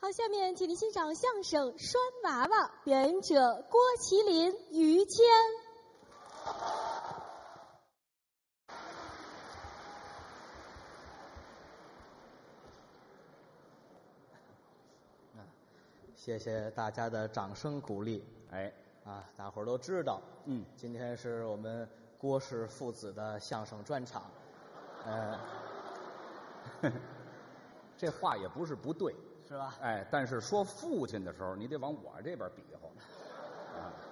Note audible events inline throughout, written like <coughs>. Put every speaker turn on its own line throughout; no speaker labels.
好，下面请您欣赏相声《拴娃娃》，表演者郭麒麟、于谦。
谢谢大家的掌声鼓励。
哎，
啊，大伙儿都知道，
嗯，
今天是我们郭氏父子的相声专场。呃，
这话也不是不对，
是吧？
哎，但是说父亲的时候，你得往我这边比划。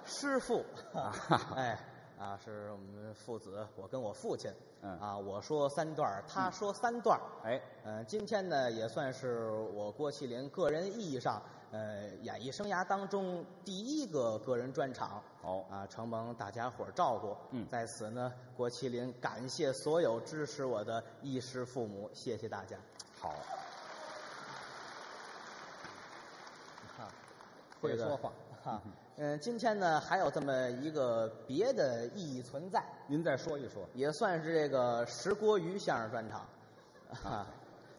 师傅，
啊
<laughs> 哎，啊，是我们父子，我跟我父亲，
嗯
啊，我说三段儿，他说三段儿。
哎，
呃，今天呢，也算是我郭麒麟个人意义上，呃，演艺生涯当中第一个个人专场。
哦
啊，承蒙大家伙儿照顾，
嗯
在此呢，郭麒麟感谢所有支持我的衣食父母，谢谢大家。
好，
啊，
会说话
哈、嗯、今天呢，还有这么一个别的意义存在，
您再说一说，
也算是这个石锅鱼相声专场，啊，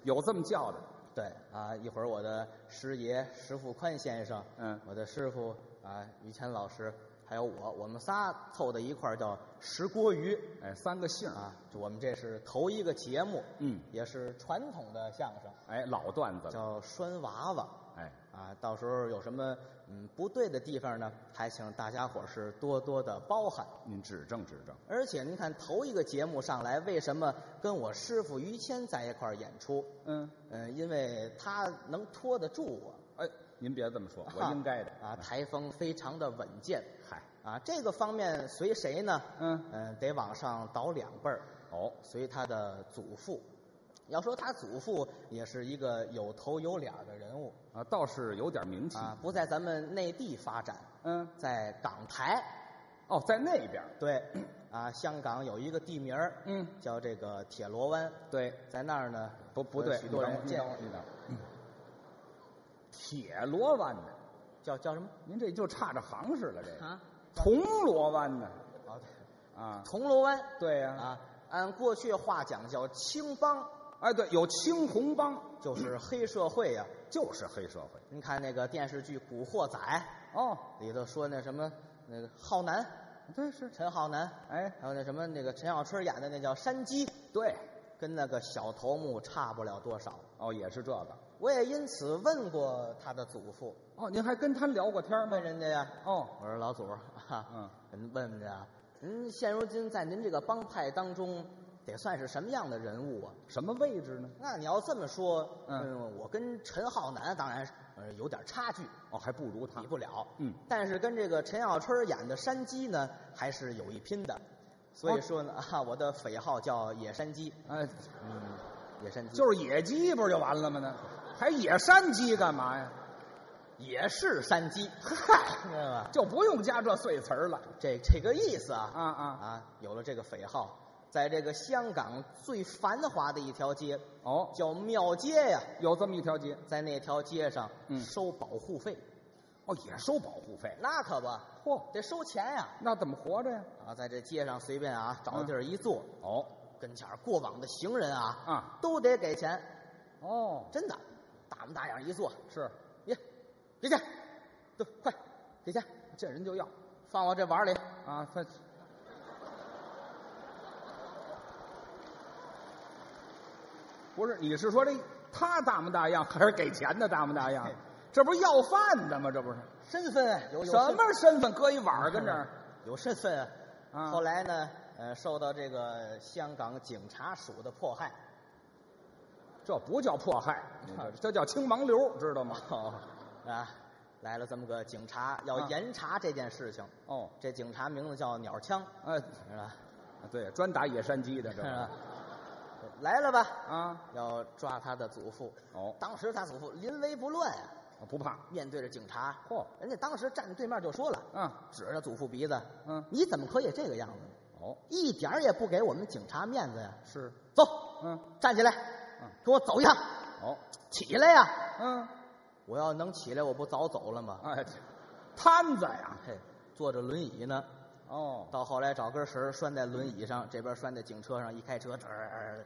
有这么叫的？
对啊，一会儿我的师爷石富宽先生，
嗯
我的师傅啊于谦老师，还有我，我们仨凑到一块儿叫石锅鱼
哎，三个姓儿
啊，就我们这是头一个节目，
嗯
也是传统的相声，
哎，老段子了。
叫拴娃娃
哎，
啊，到时候有什么嗯不对的地方呢，还请大家伙儿是多多的包涵。
您指正指正。
而且您看头一个节目上来，为什么跟我师傅于谦在一块儿演出？
嗯，
嗯，因为他能拖得住我。
哎，您别这么说，我应该的
啊，台风非常的稳健
嗨，
啊，这个方面随谁呢？
嗯
嗯，得往上倒两辈儿，
哦，
随他的祖父。要说他祖父也是一个有头有脸儿的人物
啊，倒是有点名气。
啊，不在咱们内地发展，
嗯，
在港台。
哦，在那边儿。
对，啊，香港有一个地名儿
嗯
叫这个铁罗湾，
对，
在那儿呢，
不不对，
有许多人
你
见
等会儿你等会儿你等会儿嗯铁罗湾的，
叫叫什么？
您这就差着行市了，这个
啊
铜锣湾呢？
哦，
啊，
铜锣湾
对呀、
啊，按过去话讲叫青帮，
哎，对，有青红帮，
就是黑社会呀、
就是黑社会。
您看那个电视剧《古惑仔》
哦，
里头说那什么那个浩南，
对是，
陈浩南，
哎，
还有那什么那个陈小春演的那叫山鸡，
对，
跟那个小头目差不了多少。
哦，也是这个。
我也因此问过他的祖父，
哦，您还跟他聊过天吗？
问人家呀，
哦，
我说老祖，哈、
嗯
嗯，问问家，您现如今在您这个帮派当中，得算是什么样的人物啊？
什么位置呢？
那你要这么说，
嗯
嗯，我跟陈浩南当然是呃有点差距，
哦，还不如他
比。不了，
嗯，
但是跟这个陈小春演的山鸡呢，还是有一拼的。所以说呢，啊，我的匪号叫野山鸡，
哎，
嗯，野山鸡
就是野鸡，不是就完了吗？那还野山鸡干嘛呀？
也是山鸡，嗨，明白吧？
就不用加这碎词儿了。
<laughs> 这这个意思啊
啊啊，
啊，有了这个匪号，在这个香港最繁华的一条街
哦，
叫庙街呀，
有这么一条街，
在那条街上
嗯
收保护费，
哦，也收保护费。
那可不
嚯、
得收钱呀。
那怎么活着呀？
啊，在这街上随便啊找地儿一坐，
哦，
跟前儿过往的行人啊
啊
都得给钱，
哦，
真的，大模大样一坐，
是，
别给钱，都快给钱，
见人就要
放我这碗里。
啊。他不是，你是说这他大模大样，还是给钱的大模大样
嘿？
这不是要饭的吗？这不是
身份有有
什
身份
么身份？搁一碗儿跟这儿，
<laughs> 有身份啊。
啊
后来呢，呃，受到这个香港警察署的迫害，
这不叫迫害，这叫青盲流，知道吗？
<laughs> 啊，来了这么个警察要
哦啊
严查这件事情。
哦，
这警察名字叫鸟枪，
哎，
是吧？
对，专打野山鸡的
是
这
吧
个
来了吧，
啊，
要抓他的祖父。
哦，
当时他祖父临危不乱啊，
不怕，
面对着警察，
嚯
人家当时站对面就说了，
啊，
指着祖父鼻子，
嗯
你怎么可以这个样子呢？
哦，
一点儿也不给我们警察面子呀！
是，
走，
嗯，
站起来，
嗯
跟我走一趟，
哦，
起来呀！啊
嗯，
我要能起来，我不早走了吗？
哎，摊子呀，
嘿，坐着轮椅呢，
哦，
到后来找根绳儿拴在轮椅上，这边拴在警车上，一开车，吱儿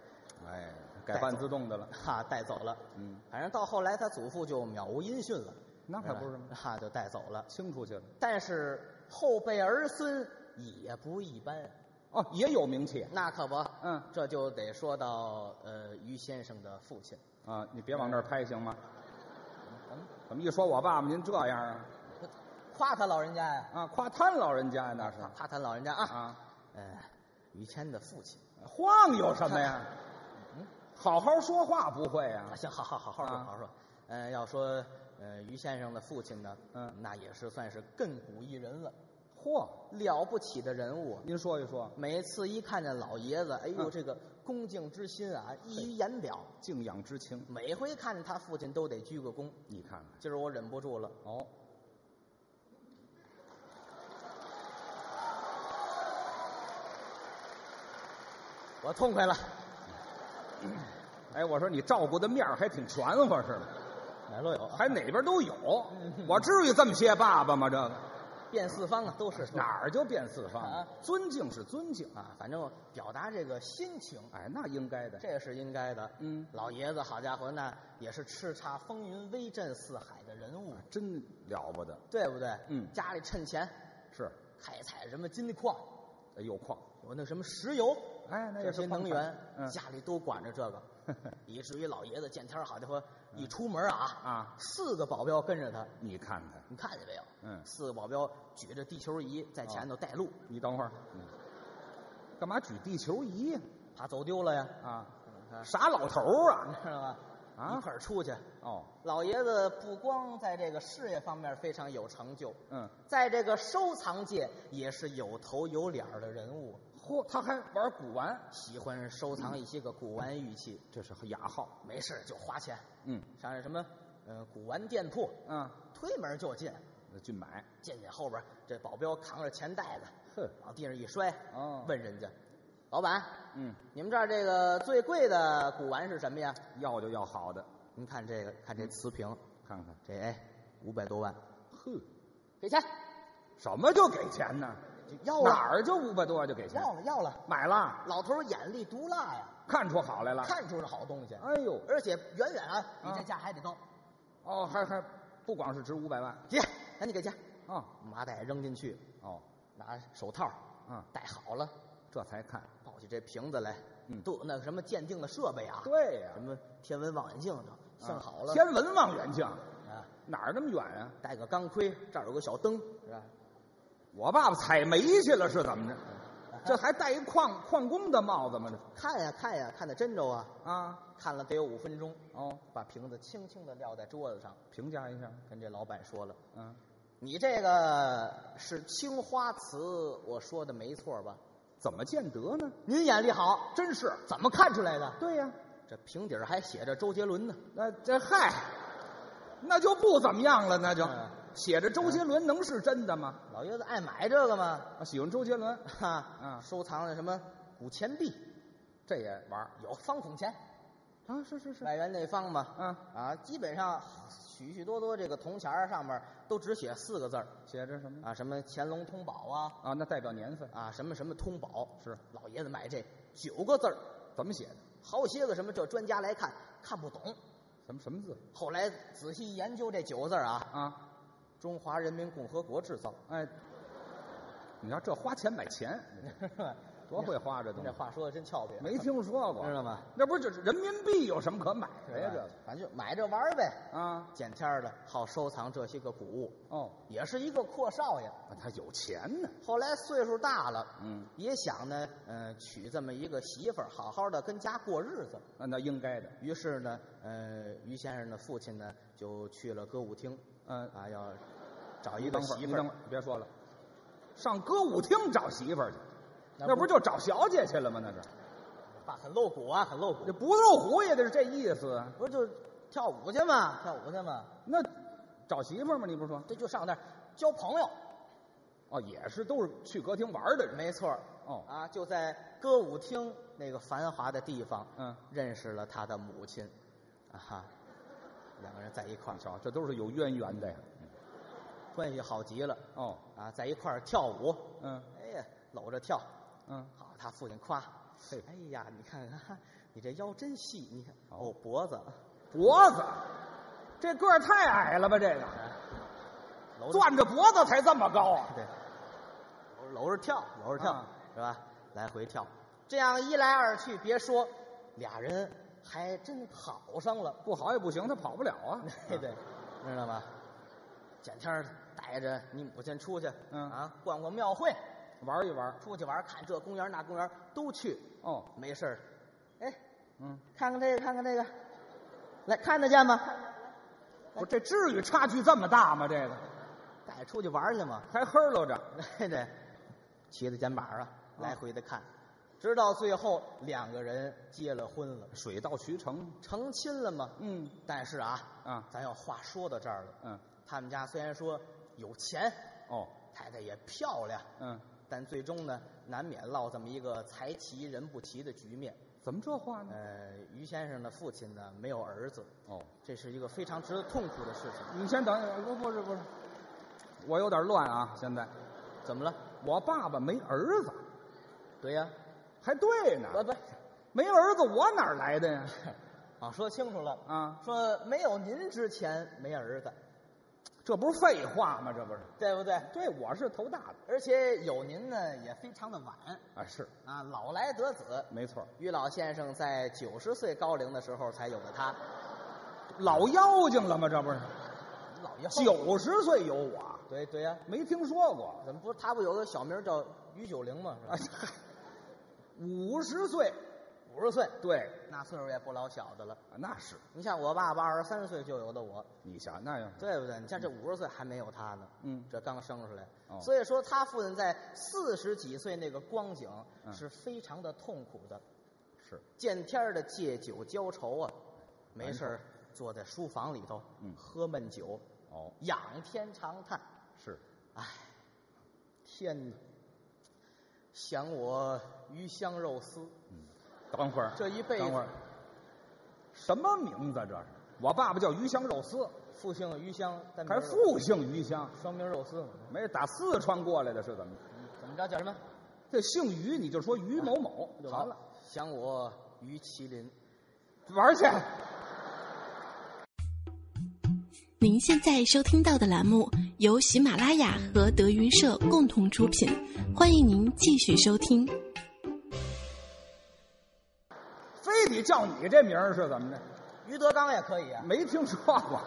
哎，改办自动的了。
哈、带走了。
嗯，
反正到后来他祖父就杳无音讯了，哎
那可不是吗？
哈、就带走了。
清出去了。
但是后辈儿孙也不一般，
哦，也有名气
那可不，
嗯
这就得说到呃于先生的父亲，
啊！你别往那儿拍行吗？
嗯
怎么一说我爸爸您这样啊？
夸他老人家呀、
啊，夸贪老人家呀，那是
夸他老人家啊，
啊，
呃，于谦的父亲，
晃有什么呀？嗯好好说话不会
啊，
啊？
行，好好好好说，
啊
好好说，呃，要说呃于先生的父亲呢，
嗯，
那也是算是亘古一人了，
嚯，
了不起的人物。
您说一说，
每次一看见老爷子，哎呦，
嗯
这个恭敬之心啊，溢于言表。
敬仰之情，
每回看见他父亲都得鞠个躬。
你看看
今儿我忍不住了，
哦。
我痛快了。
哎，我说你照顾的面儿还挺全乎似的，
哪儿都有啊，
还哪边都有。我至于这么些爸爸吗？这个
遍四方啊，都是
哪儿就变四方了
啊？
尊敬是尊敬，
啊？反正表达这个心情，
哎，那应该的。
这是应该的。
嗯
老爷子，好家伙，那也是叱咤风云、威震四海的人物，
真了不得，
对不对？
嗯
家里趁钱
是
开采什么金矿，
哎有矿，
有那什么石油，
哎，那
这
也是
些
矿
能
产
源，
嗯
家里都管着这个，以至于老爷子见天儿好家伙，一出门啊
<laughs> 嗯啊，
四个保镖跟着他，
你看看，
你看见没有？
嗯
四个保镖举着地球仪在前
哦
头带路，
你等会儿，嗯干嘛举地球仪呀
怕走丢了呀，
啊？
<laughs> 啊
傻老头儿啊！
知道吧？
啊
一块儿出去。
哦，
老爷子不光在这个事业方面非常有成就，
嗯，
在这个收藏界也是有头有脸儿的人物，
嚯，他还玩古玩，
喜欢收藏一些个古玩玉器，
这是雅号。
没事儿就花钱，
嗯
上这什么呃古玩店铺，
啊，
推门就进，
那进买，
进去后边儿这保镖扛着钱袋子，
哼，
往地上一摔，
哦
问人家，老板，
嗯，
你们这儿这个最贵的古玩是什么呀？
要就要好的，
您看这个，看这瓷瓶，
看看，
这哎五百多万，
呵，
给钱，
什么就给钱呢？
就要
哪
了，
儿就五百多万就给钱？
要了，要了。
买了，
老头儿眼力毒辣呀，
看出好来了。
看出是好东西，
哎呦，
而且远远啊比
啊
这价还得高。
哦，还还不光是值五百万啊
姐，赶紧给钱，
哦
麻袋扔进去，
哦，
拿手套，
嗯
戴好了，
这才看。
抱起这瓶子来，
嗯
都有那个什么鉴定的设备啊，
对呀、
什么天文望远镜都送好了，
天文望远镜
啊，
哪儿那么远啊？
戴个钢盔，这儿有个小灯，是吧？
我爸爸采煤去了是怎 <laughs> 么着？这还戴一矿矿工的帽子吗？这
看呀看呀，看得真着啊，
啊，
看了得有五分钟，
哦，
把瓶子轻轻的撂在桌子上，
评价一下，
跟这老板说了。
嗯，
你这个是青花瓷，我说的没错吧？
怎么见得呢？
您眼力好，
真是，
怎么看出来的？
对呀、
这瓶底儿还写着周杰伦呢。
那这嗨，那就不怎么样了，那就、
嗯
写着周杰伦能是真的吗？
老爷子爱买这个嘛，
啊喜欢周杰伦，
<laughs> 哈，
嗯
收藏的什么古钱币，
这也玩儿
有方孔钱，
啊，是是是，
外元内方嘛，
嗯
啊，基本上许许多多这个铜钱儿上面都只写四个字儿
写着什么？
啊，什么乾隆通宝啊，
啊，那代表年份，
啊，什么什么通宝，
是
老爷子买这九个字儿，
怎么写的？
好些个什么这专家来看看不懂，
什么什么字
后来仔细研究这九个字儿啊，
啊？
中华人民共和国制造， <laughs>
哎，你要这花钱买钱，多会花这
您
东西
这，话说的真俏皮，啊
没听说过，
知道吗？
那不是就是人民币有什么可买的
哎
呀？
呀，这
这个
反正就买着玩儿呗。
啊，
见天儿的好收藏这些个古物，
哦，
也是一个阔少爷。
啊他有钱呢，
后来岁数大了，
嗯，
也想呢，呃，娶这么一个媳妇儿，好好的跟家过日子。
啊那应该的，
于是呢，呃，于先生的父亲呢就去了歌舞厅，
嗯
啊，要找
你
一个
等会儿，
媳
你
妇
等
儿
会。儿，你别说了，上歌舞厅找媳妇儿去，
那
那
不
不就找小姐去了吗？那是，
爸很露骨啊，很露
这
骨。
不入虎也得是这意思啊。
不是就跳舞去嘛，跳舞去嘛，
那找媳妇儿吗？你不是说？
这就上那儿交朋友。
哦，也是都是去歌厅玩儿的人。
没错儿，
哦
啊，就在歌舞厅那个繁华的地方，
嗯，
认识了他的母亲，啊哈，两个人在一块儿，
瞧，这都是有渊源的呀。
关系好极了，
哦，
啊，在一块儿跳舞，
嗯
哎呀，搂着跳，
嗯，
好，他父亲夸
嘿，
哎呀，你看，哈哈你这腰真细，你看
哦
哦脖子
脖子，这个儿太矮了吧？这个
搂着
攥着脖子才这么高啊！
对，搂着搂着跳，搂着跳、
啊
是吧？来回跳，这样一来二去，别说俩人还真好上了。。
不好也不行，他跑不了啊 <laughs>
对对，知道吗？见天儿带着你母亲出去，
嗯
啊，逛逛庙会，
玩一玩。
出去玩儿，看这公园儿那公园儿都去，
哦，
没事儿，哎，
嗯，
看看这个，看看这个，来看得见吗？
嗯不是，这至于差距这么大吗？这个
带出去玩儿去 <laughs> 嘛，
还呵喽着。
对对，骑着肩膀啊，来回的看，直到最后两个人结了婚了，
水到渠成。
成亲了嘛。
嗯
但是啊，
啊
咱要话说到这儿了，
嗯，
他们家虽然说有钱，
哦，
太太也漂亮，
嗯，
但最终呢，难免落这么一个财齐人不齐的局面。
怎么这话呢？
呃，于先生的父亲呢没有儿子，
哦，
这是一个非常值得痛苦的事情。
你先等一会儿，不不是不是，我有点乱啊，现在。
怎么了？
我爸爸没儿子，
对呀、
还对呢，
呃不不，
没儿子我哪儿来的 <laughs> 呀？
啊，说清楚了，
啊，
说没有您之前没儿子，
这不是废话吗？这不是？
对不对？
对，我是头大的
而且有您呢也非常的晚
啊，是
啊，老来得子。
没错，
于老先生在九十岁高龄的时候才有的他，
老妖精了吗？这不是？
老爷后
九十岁有我，
对对呀、
没听说过。
怎么不是他不有个小名叫于九龄吗？是吧
哎，嗨五十岁，
<laughs> 五十岁，
对，
那岁数也不老小的了。
啊那是
你像我爸爸二十三岁就有的我，
你想那样，
对不对？你像这五十岁还没有他呢，
嗯
这刚生出来，
哦
所以说他父亲在四十几岁那个光景
嗯
是非常的痛苦的，
是
见天儿的借酒浇愁啊，没事
没
儿坐在书房里头，
嗯
喝闷酒，
哦，
仰天长叹，
是
唉，天哪！想我鱼香肉丝，
等会儿
这一辈子
等会儿什么名字这是？我爸爸叫鱼香肉丝，
父姓鱼香，但名
还
儿
是复姓鱼香，
双名肉丝嘛，
没打四川过来的是怎么着？
嗯怎么着叫什么？
这姓于你就说于某某就完了，，
想我于麒麟。
玩儿去。
您现在收听到的栏目由喜马拉雅和德云社共同出品，欢迎您继续收听。
非得叫你这名儿是怎么着？
于德刚也可以啊，
没听说过，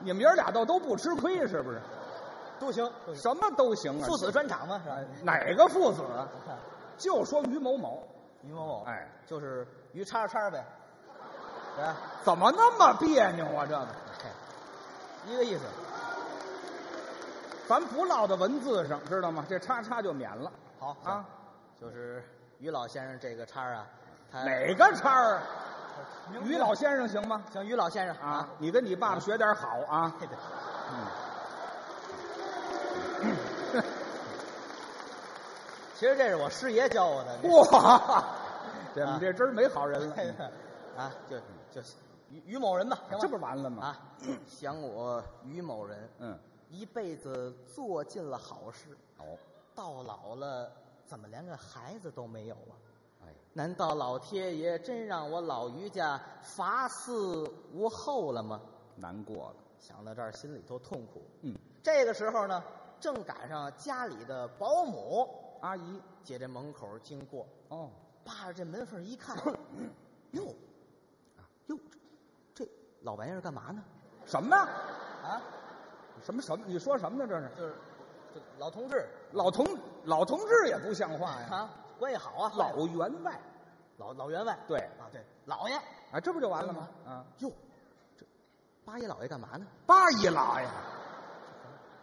你们爷儿俩倒都不吃亏是不是？
都行，
什么都行啊！
父子专场嘛，是吧？
哪个父子？啊？
你看
就说于某某，
于某某，
哎，
就是于叉叉呗，对吧？
怎么那么别扭啊？这个，
嘿一个意思。
咱不落到文字上，知道吗？这叉叉就免了
好
啊。，
就是于老先生这个叉啊，他
哪个叉儿？啊于老先生行吗？
像于老先生
啊，，你跟你爸爸学点好啊。
嘿对 <laughs> 嗯其实这是我师爷教我的。 <laughs> 你
哇，这你这真儿没好人了。嗯
嘿啊，就就于于某人吧，行吧
这不是完了吗？
啊，想我于某人，
嗯，
一辈子做尽了好事，
哦，
到老了怎么连个孩子都没有啊？
哎，
难道老天爷真让我老于家乏嗣无后了吗？
难过了。
想到这儿，心里头痛苦。
嗯，
这个时候呢，正赶上家里的保姆
阿姨，
姐这门口经过，
哦，
扒着这门缝一
<laughs>
看，哟，啊哟，这这老玩意儿干嘛呢？
什么？
啊，
什么什么？你说什么呢？这是
就是就老同志
老同老同志也不像话呀，
啊，关系好啊，
老员外，
老老员外，
对
啊对，老爷，
啊，这不就完了吗？
嗯
啊，
哟，这八爷老爷干嘛呢？
八姨老爷，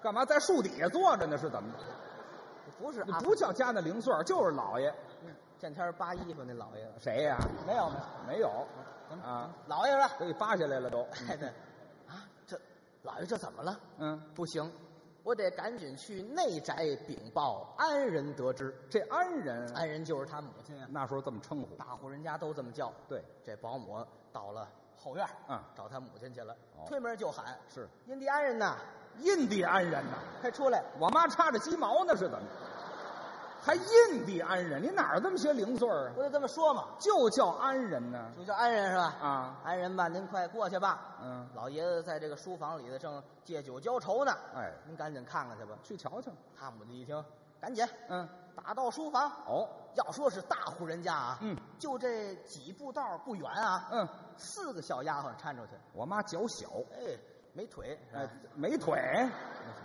干嘛在树底下坐着呢？是怎么的？
不是
你
啊，
不叫家的零碎儿，就是老爷，
见天儿扒衣服那老爷，
谁呀？
没有没有，
没有
咱们
啊，
<laughs> 老爷是吧？
都给扒下来了都。
哎 <laughs> 对，啊这老爷这怎么了？
嗯，
不行，我得赶紧去内宅禀报安人得知。
这安人
安人就是他母亲啊，
那时候这么称呼，
大户人家都这么叫。
对，
这保姆到了后院，
嗯
找他母亲去了，
哦
推门就喊
是：“
印第安人呐，
印第安人呐。
快出来
我妈插着鸡毛呢，是怎么着？！”还印第安人，你哪儿这么些零碎儿啊？
不就这么说嘛？
就叫安人呢。
就叫安人是吧？
啊，
安人吧，您快过去吧。
嗯，
老爷子在这个书房里头正借酒浇愁呢。嗯
哎
您赶紧看看去吧。
去瞧瞧。
汉武帝一听，赶紧，
嗯，
打到书房。
哦，
要说是大户人家啊，
嗯，
就这几步道不远啊，
嗯，
四个小丫鬟搀出去，
我妈脚小，
哎，没腿，是吧啊
哎，没腿，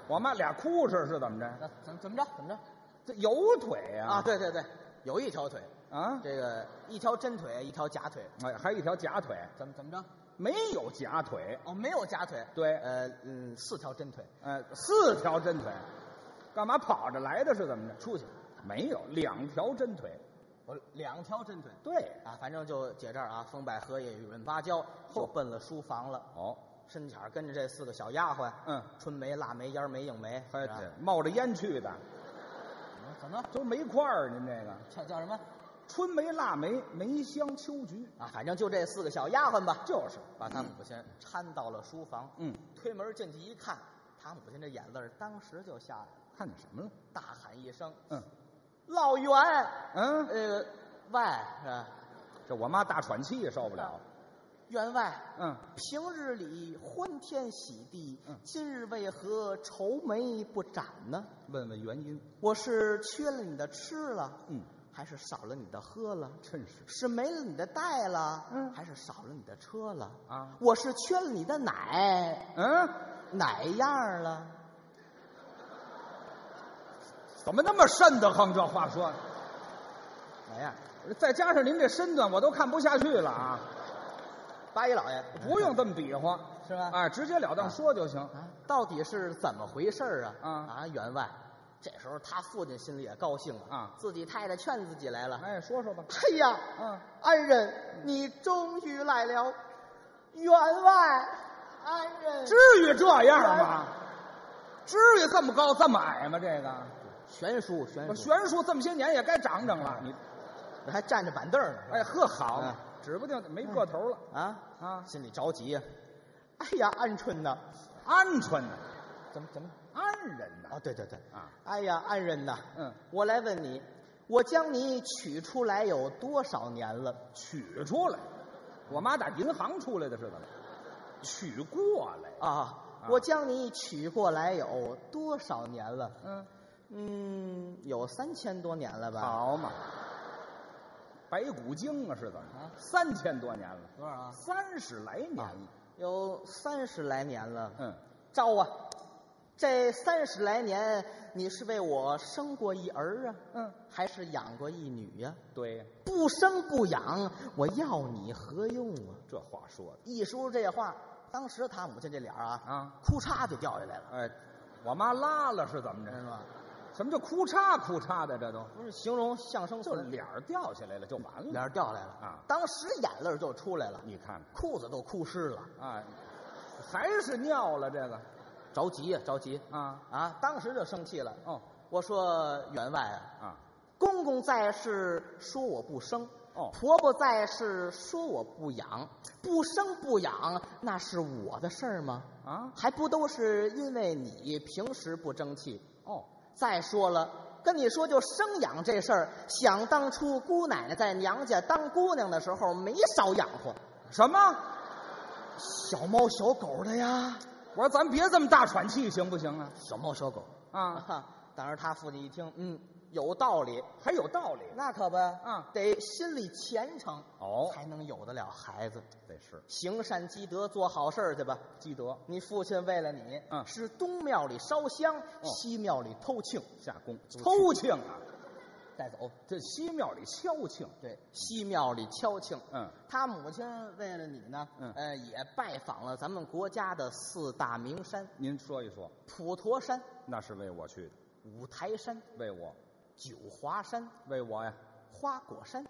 我妈俩裤衩是怎么着？
那怎怎么着？怎么着？
这有腿呀、
啊，对对对，有一条腿，
啊，
这个一条真腿，一条假腿，
哎，还有一条假腿，
怎么怎么着？
没有假腿，
哦，没有假腿，
对
呃嗯，四条真腿，
呃，四条真腿，干嘛跑着来的是怎么着？
出去，
没有，两条真腿，
我两条真腿，
对，
啊，反正就解这儿啊，风摆荷叶，雨润芭蕉，就奔了书房了，
哦，
身前儿跟着这四个小丫鬟，
嗯，
春梅、腊梅、烟梅、硬梅，
还
是吧嗯
得冒着烟去的，
怎么
都没块儿，您这个
叫叫什么？
春梅、腊梅、梅香、秋菊，
啊，反正就这四个小丫鬟吧，嗯
就是
把他母亲搀到了书房，
嗯，
推门进去一看，他母亲这眼泪儿当时就下来了。
看见什么了？
大喊一声
嗯：“
老袁，
嗯，
呃，外是吧？
这我妈大喘气也受不了，
员外，
嗯，
平日里欢天喜地，
嗯
今日为何愁眉不展呢？
问问原因，
我是缺了你的吃了，
嗯，
还是少了你的喝了？
真是
是没了你的带了，
嗯
还是少了你的车了？
啊
我是缺了你的奶，
嗯，
奶样了？
怎么那么瘆得慌？这话说的。
哪样？
再加上您这身段，我都看不下去了啊！
八一老爷，
不用这么比划，
是吧
哎，直截了当说就行。
啊，到底是怎么回事儿啊？
啊
员外，这时候他父亲心里也高兴了
啊
自己太太劝自己来了。
哎，说说吧。
嗯哎呀，
嗯，
安仁，你终于来了，员外，安仁，
至于这样吗？哎至于这么高这么矮吗？这个
悬殊悬
我
殊，
悬殊这么些年也该长长了。你
我还站着板凳呢。
哎呵好
嗯，
指不定没个头了
啊
啊！
心里着急呀。哎呀，鹌鹑呐，
鹌鹑呢？
怎么怎么？
安人呢
哦，？对对对，
啊，
哎呀，安仁呐，
嗯，
我来问你，我将你取出来有多少年了？
取出来，我妈打银行出来的是怎么？取过来，
啊
啊，
我将你娶过来有多少年了？
嗯，
嗯，有三千多年了吧？，
好嘛，白骨精啊是怎么
啊？
三千多年了。
多少啊？
三十来年了。
有三十来年了。
嗯，
招啊，这三十来年你是为我生过一儿啊？
嗯，
还是养过一女呀、
对呀，
不生不养，我要你何用啊？
这话说的。
一说这话，当时他母亲这脸儿啊，
啊，
哭嚓就掉下来了，
哎，我妈拉了是怎么
知
着？
道吗？
什么叫哭嚓哭嚓的？这都
嗯不是形容相声
就
词，
脸儿掉下来了，就完
脸
了。
儿掉下来了
啊
当时眼泪儿就出来了。
你看
裤子都哭湿了，
看啊，还是尿了这个
着急呀、着急
啊
啊！当时就生气了。
哦
我说员外啊，
啊，
公公在世说我不生，
哦
婆婆在世说我不养，不生不养那是我的事儿吗？
啊
还不都是因为你平时不争气？
哦，
再说了。跟你说，就生养这事儿，想当初姑奶奶在娘家当姑娘的时候，没少养活
什么？
小猫小狗的呀，
我说咱别这么大喘气行不行啊？
小猫小狗。
啊，
啊，当时他父亲一听，嗯，有道理，
还有道理。
那可不，
嗯
得心里虔诚，
哦
才能有得了孩子。
得是
行善积德，做好事儿去吧。
积德
你父亲为了你，
嗯哦
是东庙里烧香，西庙里偷磬，
下功，
去
偷庆啊！
带走。
这西庙里敲庆，
对，西庙里敲磬。
嗯，
他母亲为了你呢，
嗯
呃，也拜访了咱们国家的四大名山：
您说一说，
普陀山、
那是为我去的，
五台山、
为我，
九华山、
为我呀。
花果山、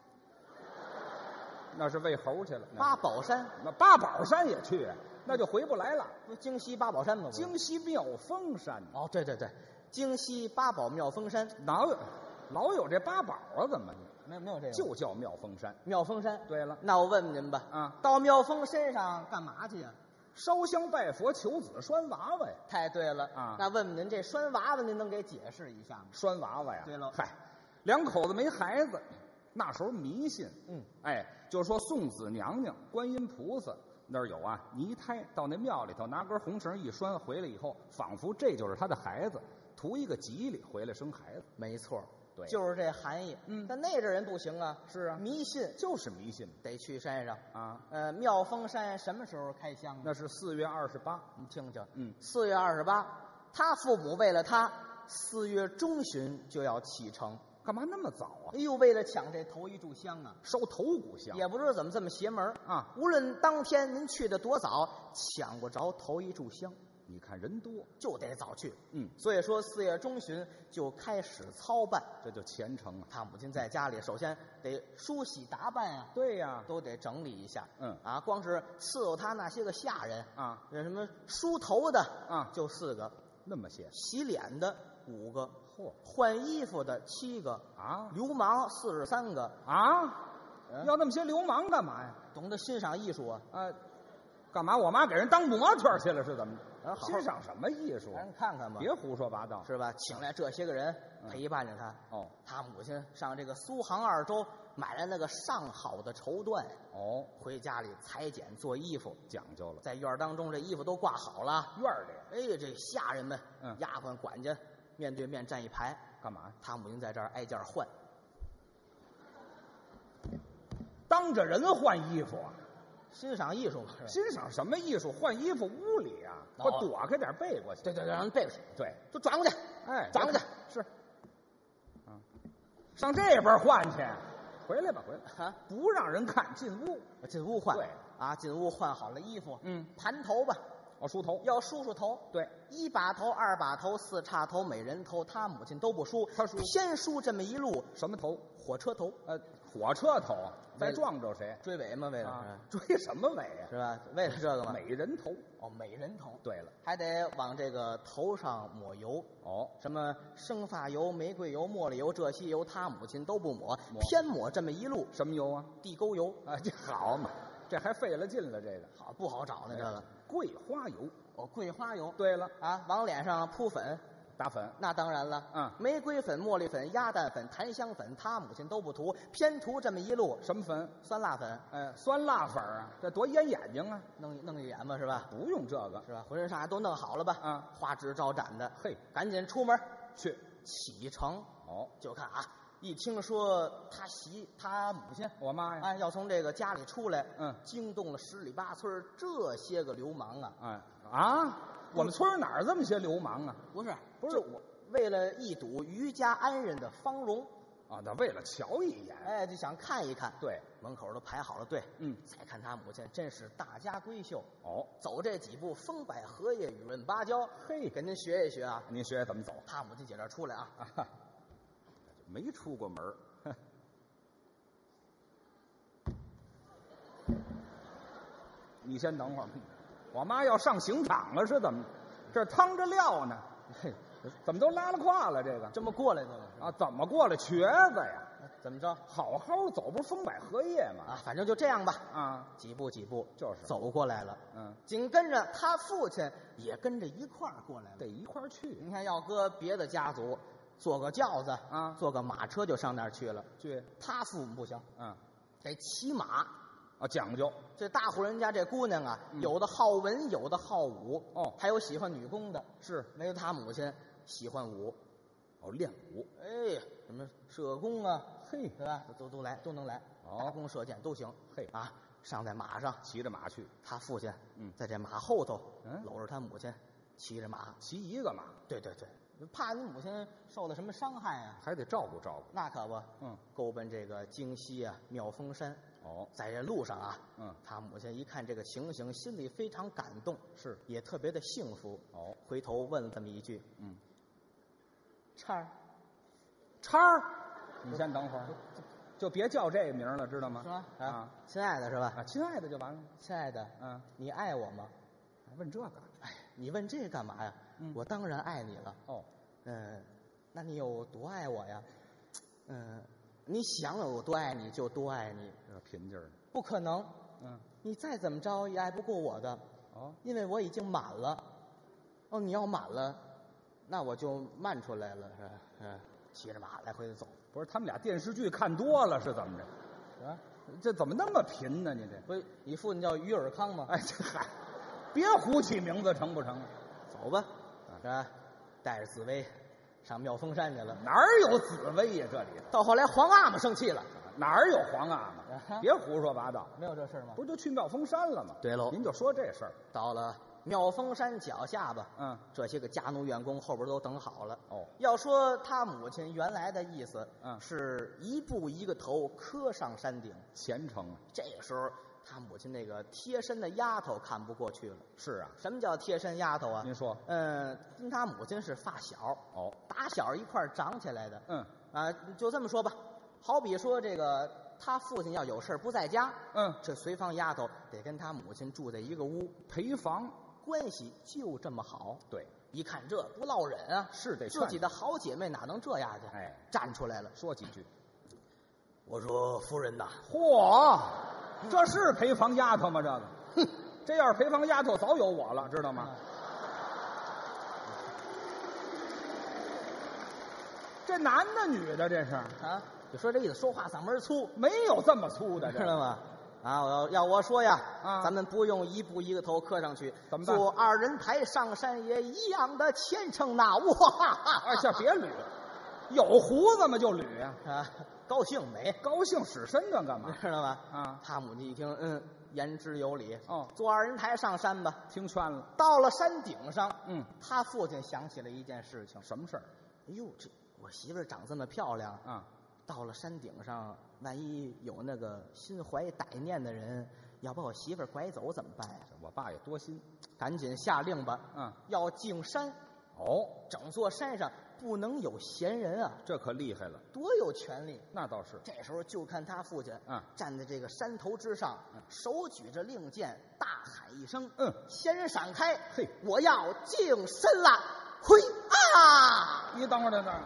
那是喂猴去了。
八宝山，
那八宝山也去，啊那就回不来了。
不京西八宝山吗？不是
京西妙峰山
哦，对对对，京西八宝妙峰山，
哪有老有这八宝啊？怎么
没有没有这个就
就叫妙峰山？
妙峰山。
对了，
那我问问您吧，
啊
到妙峰山上干嘛去呀？
烧香拜佛、求子、拴娃娃呀，
太对了
啊
那问问您这拴娃娃，您能给解释一下吗？啊
拴娃娃呀。
对喽
嗨，两口子没孩子，那时候迷信，
嗯，
哎，就说送子娘娘、观音菩萨那儿有啊泥胎，到那庙里头拿根红绳一拴，回来以后，仿佛这就是他的孩子，图一个吉利，回来生孩子，
没错儿，
对
就是这含义。
嗯
但那阵儿人不行啊，
是啊
迷信
就是迷信
得去山上。
啊。
呃，妙峰山什么时候开箱呢？
那是四月二十八，
你听听，
嗯，
四月二十八，他父母为了他，四月中旬就要启程。
干嘛那么早啊
哎？呦，为了抢这头一炷香啊，
烧头骨香
也不知道怎么这么邪门儿
啊！
无论当天您去的多早，抢不着头一炷香，
你看人多，
就得早去。
嗯，
所以说四月中旬就开始操办。
这就虔诚啊。
他母亲在家里，首先得梳洗打扮啊，
对呀、
都得整理一下。
嗯
啊，光是伺候他那些个下人，
啊，
那什么梳头的
啊
就四个；
那么些
洗脸的五个；
嚯
换衣服的七个；
啊
流氓四十三个。
啊，
嗯
要那么些流氓干嘛呀？
懂得欣赏艺术啊，
啊，干嘛？我妈给人当模特去了是怎么
啊
着？
好
欣赏什么艺术？
咱看看吧，
哦别胡说八道。
是吧？请来这些个人陪伴着他。
哦
他母亲上这个苏杭二州买了那个上好的绸缎，
哦，
回家里裁剪做衣服，
讲究了。
在院儿当中这衣服都挂好了。
院儿里
哎，这下人们、
嗯
丫鬟、管家面对面站一排，
干嘛？
他母亲在这儿挨件儿换。
当着人换衣服啊？
欣赏艺术嘛，是吧？
欣赏什么艺术？换衣服屋里啊？
哦
我躲开点背过去。
对对对，让人背过去，
对，
就转过去，
哎，
转过去，
是，啊，上这边换去，回来吧，回来，
啊，
不让人看，进屋。
进屋换
对，
啊，进屋换好了衣服，
嗯
盘头吧，
哦，梳头，
要梳梳头，
对，
一把头、二把头、四叉头、美人头，他母亲都不梳，
他梳
偏梳这么一路
什么头？
火车头，
呃，火车头，
为
再
了
撞着谁？
追尾嘛，为了、
啊，追什么尾
是吧？为了这个
啊？
嘛，
美人头。
哦，美人头，
对了，
还得往这个头上抹油，
哦，
什么生发油、玫瑰油、茉莉油这些油，他母亲都不抹，
抹
偏抹这么一路
什么油啊？
地沟油，
啊，这好嘛，这还费了劲了，这个哎
好不好找呢？这个
桂花油。
哦，桂花油，
对了，
啊，往脸上铺粉，
打粉
那当然了，
嗯
玫瑰粉、茉莉粉、鸭蛋粉、檀香粉，他母亲都不涂，偏涂这么一路
什么粉？
酸辣粉，
哎，酸辣粉啊，这多淹眼睛啊！
弄弄一脸吧，是吧？
不用这个，
是吧？浑身上下都弄好了吧？
嗯
花枝招展的，
嘿，
赶紧出门
去
启程，
哦，
就看啊，一听说他媳他母亲。
我妈呀，
哎，要从这个家里出来，
嗯
惊动了十里八村儿这些个流氓啊！
哎啊，我们村儿哪儿这么些流氓啊？
不是，
不是我
为了一睹于家安人的芳容，
啊，他为了瞧一眼，
哎，就想看一看。，
对，
门口都排好了队。
嗯
再看他母亲，真是大家闺秀。
哦，
走这几步，风摆荷叶，雨润芭蕉。
嘿
跟您学一学啊！
您学学怎么走
他母亲姐这儿出来啊，
啊？哈 <laughs> 没出过门儿哼你先等会儿，我妈要上刑场了是怎么？这儿趟着料呢，嘿，怎么都拉了胯了？这个
这么过来的啊？
啊，怎么过来瘸子呀？
怎么着
好好走，不是风摆荷叶吗？
啊？反正就这样吧。
啊，
几步几步
就是
走过来了。
嗯，
紧跟着他父亲也跟着一块儿过来了
得。一块儿去
您看，要搁别的家族，坐个轿子
啊
坐个马车就上那儿去了。
去，
他父母不行，
嗯，
得骑马。
啊，讲究
这大户人家这姑娘啊，
嗯
有的好文，有的好武，
哦
还有喜欢女工的，
是
唯有他母亲喜欢武。
哦，练武，
哎，什么射弓啊，
嘿
对吧？都都来，都能来，
哦
打弓射箭都行。
嘿
啊，上在马上，
骑着马去，
他父亲
嗯
在这马后头，
嗯
搂着他母亲，骑着马。
骑一个马
对对对，怕你母亲受了什么伤害啊？
还得照顾照顾，
那可不，
嗯，
勾奔这个京西啊，妙峰山。
哦，
在这路上啊，
嗯
他母亲一看这个情形，心里非常感动，
是
也特别的幸福。
哦，
回头问了这么一句
嗯，：“
叉儿，
叉儿，你先等会儿，就别叫这名儿了，知道吗？
是吧？
啊，
亲爱的是吧？
啊，亲爱的就完了，
亲爱的，
嗯，
你爱我吗？
问这个，
哎，你问这干嘛呀？
嗯
我当然爱你了。
哦，
嗯，那你有多爱我呀？嗯，你想有多爱你就多爱你，
这贫劲儿，
不可能，
嗯，
你再怎么着也爱不过我的。
哦，
因为我已经满了。哦，你要满了，那我就慢出来了，是吧？嗯，骑着马来回的走。
不是他们俩电视剧看多了是怎么着？啊，这怎么那么贫呢？你这，
不是，你父亲叫于尔康吗？
哎，这嗨，别胡起名字成不成？
走吧，啊是吧？带着紫薇上妙峰山去了。
哪儿有紫薇呀？这里
到后来，皇阿玛生气了，
哪儿有皇阿玛？
啊
别胡说八道，
没有这事儿吗
不？是就去妙峰山了吗？
对喽
您就说这事儿。
到了妙峰山脚下吧，
嗯，
这些个家奴院工后边都等好了。
哦，
要说他母亲原来的意思，
嗯
是一步一个头磕上山顶。
虔诚啊，
这个时候，他母亲那个贴身的丫头看不过去了。
是啊，
什么叫贴身丫头啊？
您说
嗯，跟他母亲是发小，
哦，
打小一块儿长起来的。
嗯
啊，就这么说吧，好比说这个他父亲要有事儿不在家，
嗯，
这随房丫头得跟他母亲住在一个屋，
陪房
关系就这么好。
对，
一看这不落忍啊，
是得劝
自己的好姐妹哪能这样去？
哎
站出来了，
说几句。
我说夫人呐，
嚯，这是陪房丫头吗？这个， <laughs> 这要是陪房丫头，早有我了，知道
啊
吗？
嗯
这男的女的，这是
啊，就说这意思，说话嗓门儿粗，
没有这么粗的，
<laughs> 知道
这
吗？啊，我要要我说呀，
啊
咱们不用一步一个头磕上去，
怎么办
做二人抬上山也一样的虔诚
<laughs>
呐，哇哈哈
哎，这别捋，有胡子吗？就捋呀，
啊，高兴没？
高兴使身段干嘛？
知道吗？
啊
他母亲一听，嗯，言之有理，
哦
坐二人抬上山吧。
听劝了，
到了山顶上，
嗯，
他父亲想起了一件事情，
什么事儿
哎呦，这我媳妇儿长这么漂亮，
啊？
到了山顶上，万一有那个心怀歹念的人要把我媳妇儿拐走怎么办呀？
我爸也多心，
赶紧下令吧，
嗯，
要进山，
哦，
整座山上不能有闲人啊，
这可厉害了，
多有权利！
那倒是，
这时候就看他父亲，
嗯
站在这个山头之上，
嗯
手举着令箭，大喊一声，
嗯
仙人闪开，
嘿
我要净身了，嘿啊！
你等会儿，等会儿。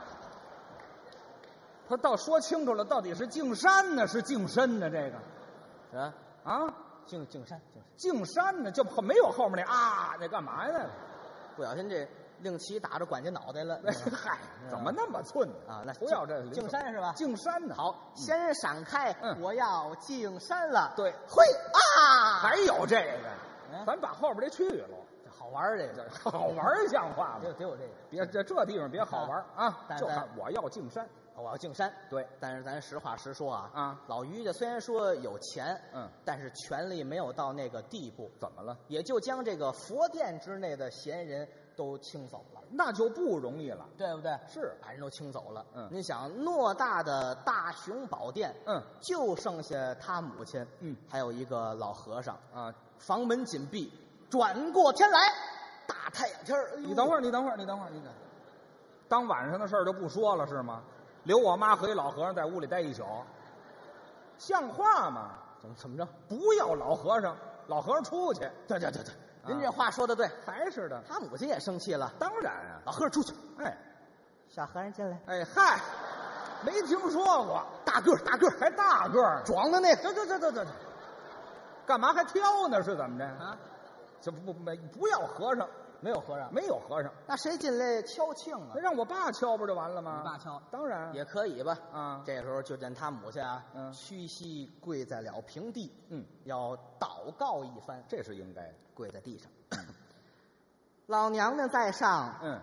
他倒说清楚了，到底是敬山呢，是敬身呢？这个
啊，
啊，
净净山，净山。
敬山呢，就没有后面那啊，那干嘛呀？
不小心这令旗打着管家脑袋了。
那个 <laughs> 嗨，怎么那么寸呢？
嗯啊那
不要这
敬山是吧
敬山呢，
好，仙人闪开，
嗯
我要进山了。
对
嘿啊，
还有这个
嗯，
咱把后边这去了，
这好玩儿这
这
个，
好玩儿像话
得
吗？
得有这个。
<laughs> 别这这地方别好玩儿啊！
嗯但
就看
但
我要敬山，
我要进山。
对，
但是咱实话实说啊，
啊
老于家虽然说有钱，
嗯，
但是权力没有到那个地步，
怎么了？
也就将这个佛殿之内的闲人都清走了。
那就不容易了。
对不对？
是
把人都清走了。
嗯
您想，偌大的大雄宝殿，
嗯，
就剩下他母亲，
嗯
还有一个老和尚，
啊，
房门紧闭，转过天来，大太阳天儿，哎
你等会
儿，
儿，你等会儿，你等会儿，你等。当晚上的事儿就不说了是吗？留我妈和一老和尚在屋里待一宿，像话吗？
怎么怎么着？
不要老和尚，老和尚出去，
对对对对，您这话说的对，
还是的。
他母亲也生气了，
当然啊，
老和尚出去，
哎
小和尚进来，
哎嗨，没听说过，
大个儿大个儿，
还大个儿呢，
壮的那个
这这这这这这，干嘛还挑呢？是怎么着？
啊，
这不不没不要和尚，
没有和尚，啊
没有和尚，
那谁进来敲磬啊
那？让我爸敲不就完了吗？
你爸敲
当然
也可以吧，
啊
这时候就见他母亲啊，
嗯
屈膝跪在了平地，
嗯，
要祷告一番，
这是应该的，
跪在地上。 <coughs> 老娘娘在上，
嗯。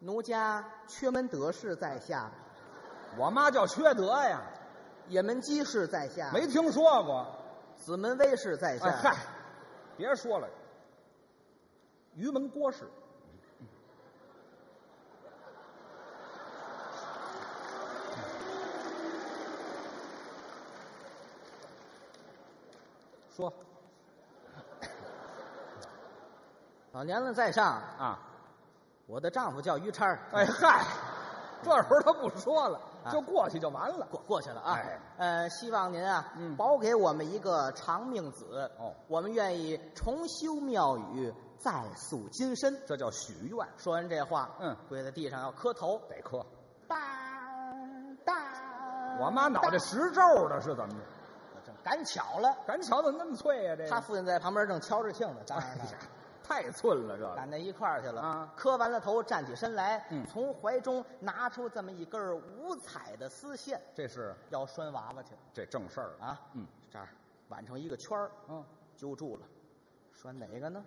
奴家缺门德士在下，
我妈叫缺德呀，
也门鸡士在下，
没听说过。
子门威士在下，
哎嗨，别说了，于门郭氏，说
老娘娘在上，
啊，
我的丈夫叫于叉，
哎嗨，这时候他不说了，
啊
就过去就完了。
过过去了啊。
哎
呃，希望您啊，
嗯
保给我们一个长命子。
哦
我们愿意重修庙宇，再塑金身。
这叫许愿，
说完这话，
嗯哎
跪在地上要磕头，
得磕。
当当。
我妈脑袋
当
实皱的是怎么着？
赶巧了，
赶巧怎么那么脆呀、这个
他父亲在旁边正敲着磬呢，当然了
哎呀，太寸了，这个
赶到一块儿去了。
啊
磕完了头，站起身来，
嗯
从怀中拿出这么一根儿五彩的丝线，
这是
要拴娃娃去
这正事儿啊。
啊。
嗯，
这儿挽成一个圈儿，
嗯，
揪住了，拴哪个呢？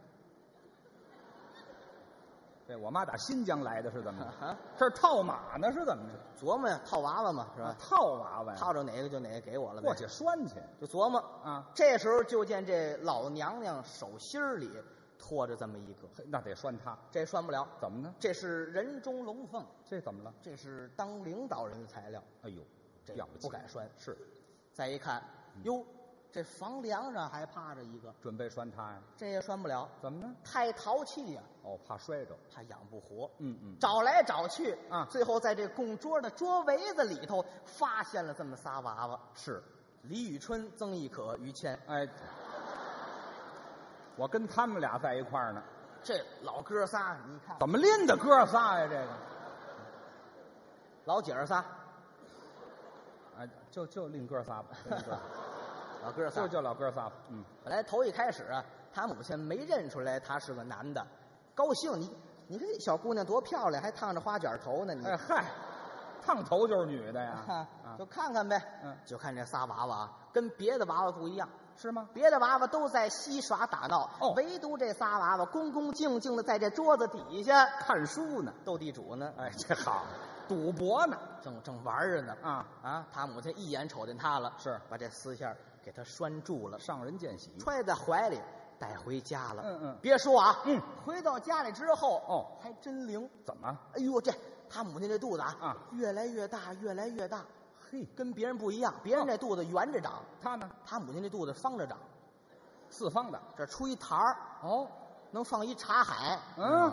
这我妈打新疆来的是怎么着？ <laughs>
啊，
这是套马呢是怎么着？
琢磨呀，套娃娃嘛，是吧？
套娃娃呀，
啊套着哪个就哪个给我了呗。
哎过去拴去
就琢磨。
啊，
这时候就见这老娘娘手心儿里托着这么一个，
嘿那得拴它，
这拴不了，
怎么呢？
这是人中龙凤，
这怎么了？
这是当领导人的材料。
哎呦，
这
要不起
不敢拴
是嗯
再一看，哟，这房梁上还趴着一个，
准备拴它呀？
这也拴不了，
怎么呢？
太淘气呀、
哦，怕摔着。
怕养不活。
嗯嗯，
找来找去
啊
最后在这供桌的桌围子里头发现了这么仨娃娃：
是，
李宇春、曾轶可、于谦。
哎，我跟他们俩在一块儿呢，
这老哥仨，你看
怎么拎的哥仨呀？这个，
老姐儿仨，
哎，就就拎哥仨吧，拎哥仨
老 <laughs> 哥仨
就就老哥仨吧。嗯，
本来头一开始啊，他母亲没认出来他是个男的，高兴你你看这小姑娘多漂亮，还烫着花卷头呢，你、
哎嗨，烫头就是女的呀，
啊
啊
就，看看呗。
嗯
就看这仨娃娃啊，跟别的娃娃不一样，
是吗？
别的娃娃都在嬉耍打闹，
哦
唯独这仨娃娃恭恭敬敬的在这桌子底下
看书呢，
斗地主呢，
哎，这 <laughs> 好，赌博呢
正正玩着呢。
啊，
啊，他母亲一眼瞅见他了，
是
把这丝线儿给他拴住了，
上人见喜，
揣在怀里带回家了。
嗯嗯
别说啊，
嗯，
回到家里之后，
哦
还真灵。
怎么？
哎呦，这他母亲这肚子啊，
啊
越来越大，越来越大，
嘿，哦
跟别人不一样。别人这肚子圆着长，
他呢？
他母亲这肚子方着长，
四方的
这出一台儿
哦，
能放一茶海。
嗯，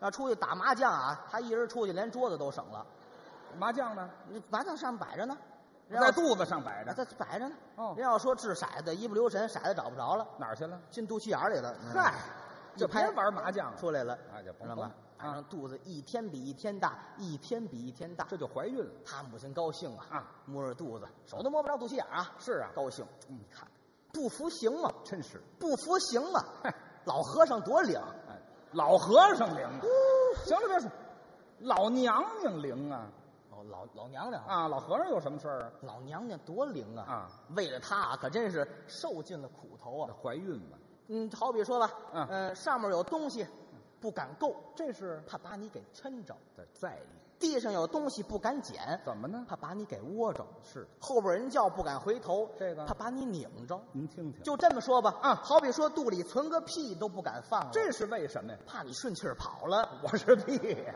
要出去打麻将啊，他一人出去连桌子都省了，
麻将呢，啊
那麻将上面摆着呢，人要
在肚子上摆着，
这摆着呢。嗯
哦
人要说掷骰子，一不留神骰子找不着了，
哪儿去了？
进肚脐眼儿里了。嗯
嗨，
一
就
拍
别玩麻将了，
出来了，
啊就
知道吗？
甭甭
反正肚子一天比一天大，一天比一天大。
这就怀孕了
他母亲高兴啊，
啊！
摸着肚子，手都摸不着肚脐眼儿啊，
是啊，
高兴。你看，不服行吗？
真是，
不服行吗
嘿？
老和尚多灵，
哎，老和尚灵啊，行了，别说，老娘娘灵啊
哦，老老娘娘，
啊，老和尚有什么事儿啊？
老娘娘多灵啊！
啊，
为了他啊可真是受尽了苦头啊。
哦怀孕嘛，
嗯，好比说吧，
嗯
呃，上面有东西不敢够，
这是
怕把你给抻着；
在在意，
地上有东西不敢捡，
怎么呢？
怕把你给窝着。
是，
后边人叫不敢回头，
这个
他把你拧着。
您听听，
就这么说吧，
啊
好比说肚里存个屁都不敢放了，
这是为什么呀？
怕你顺气儿跑了。
我是屁呀、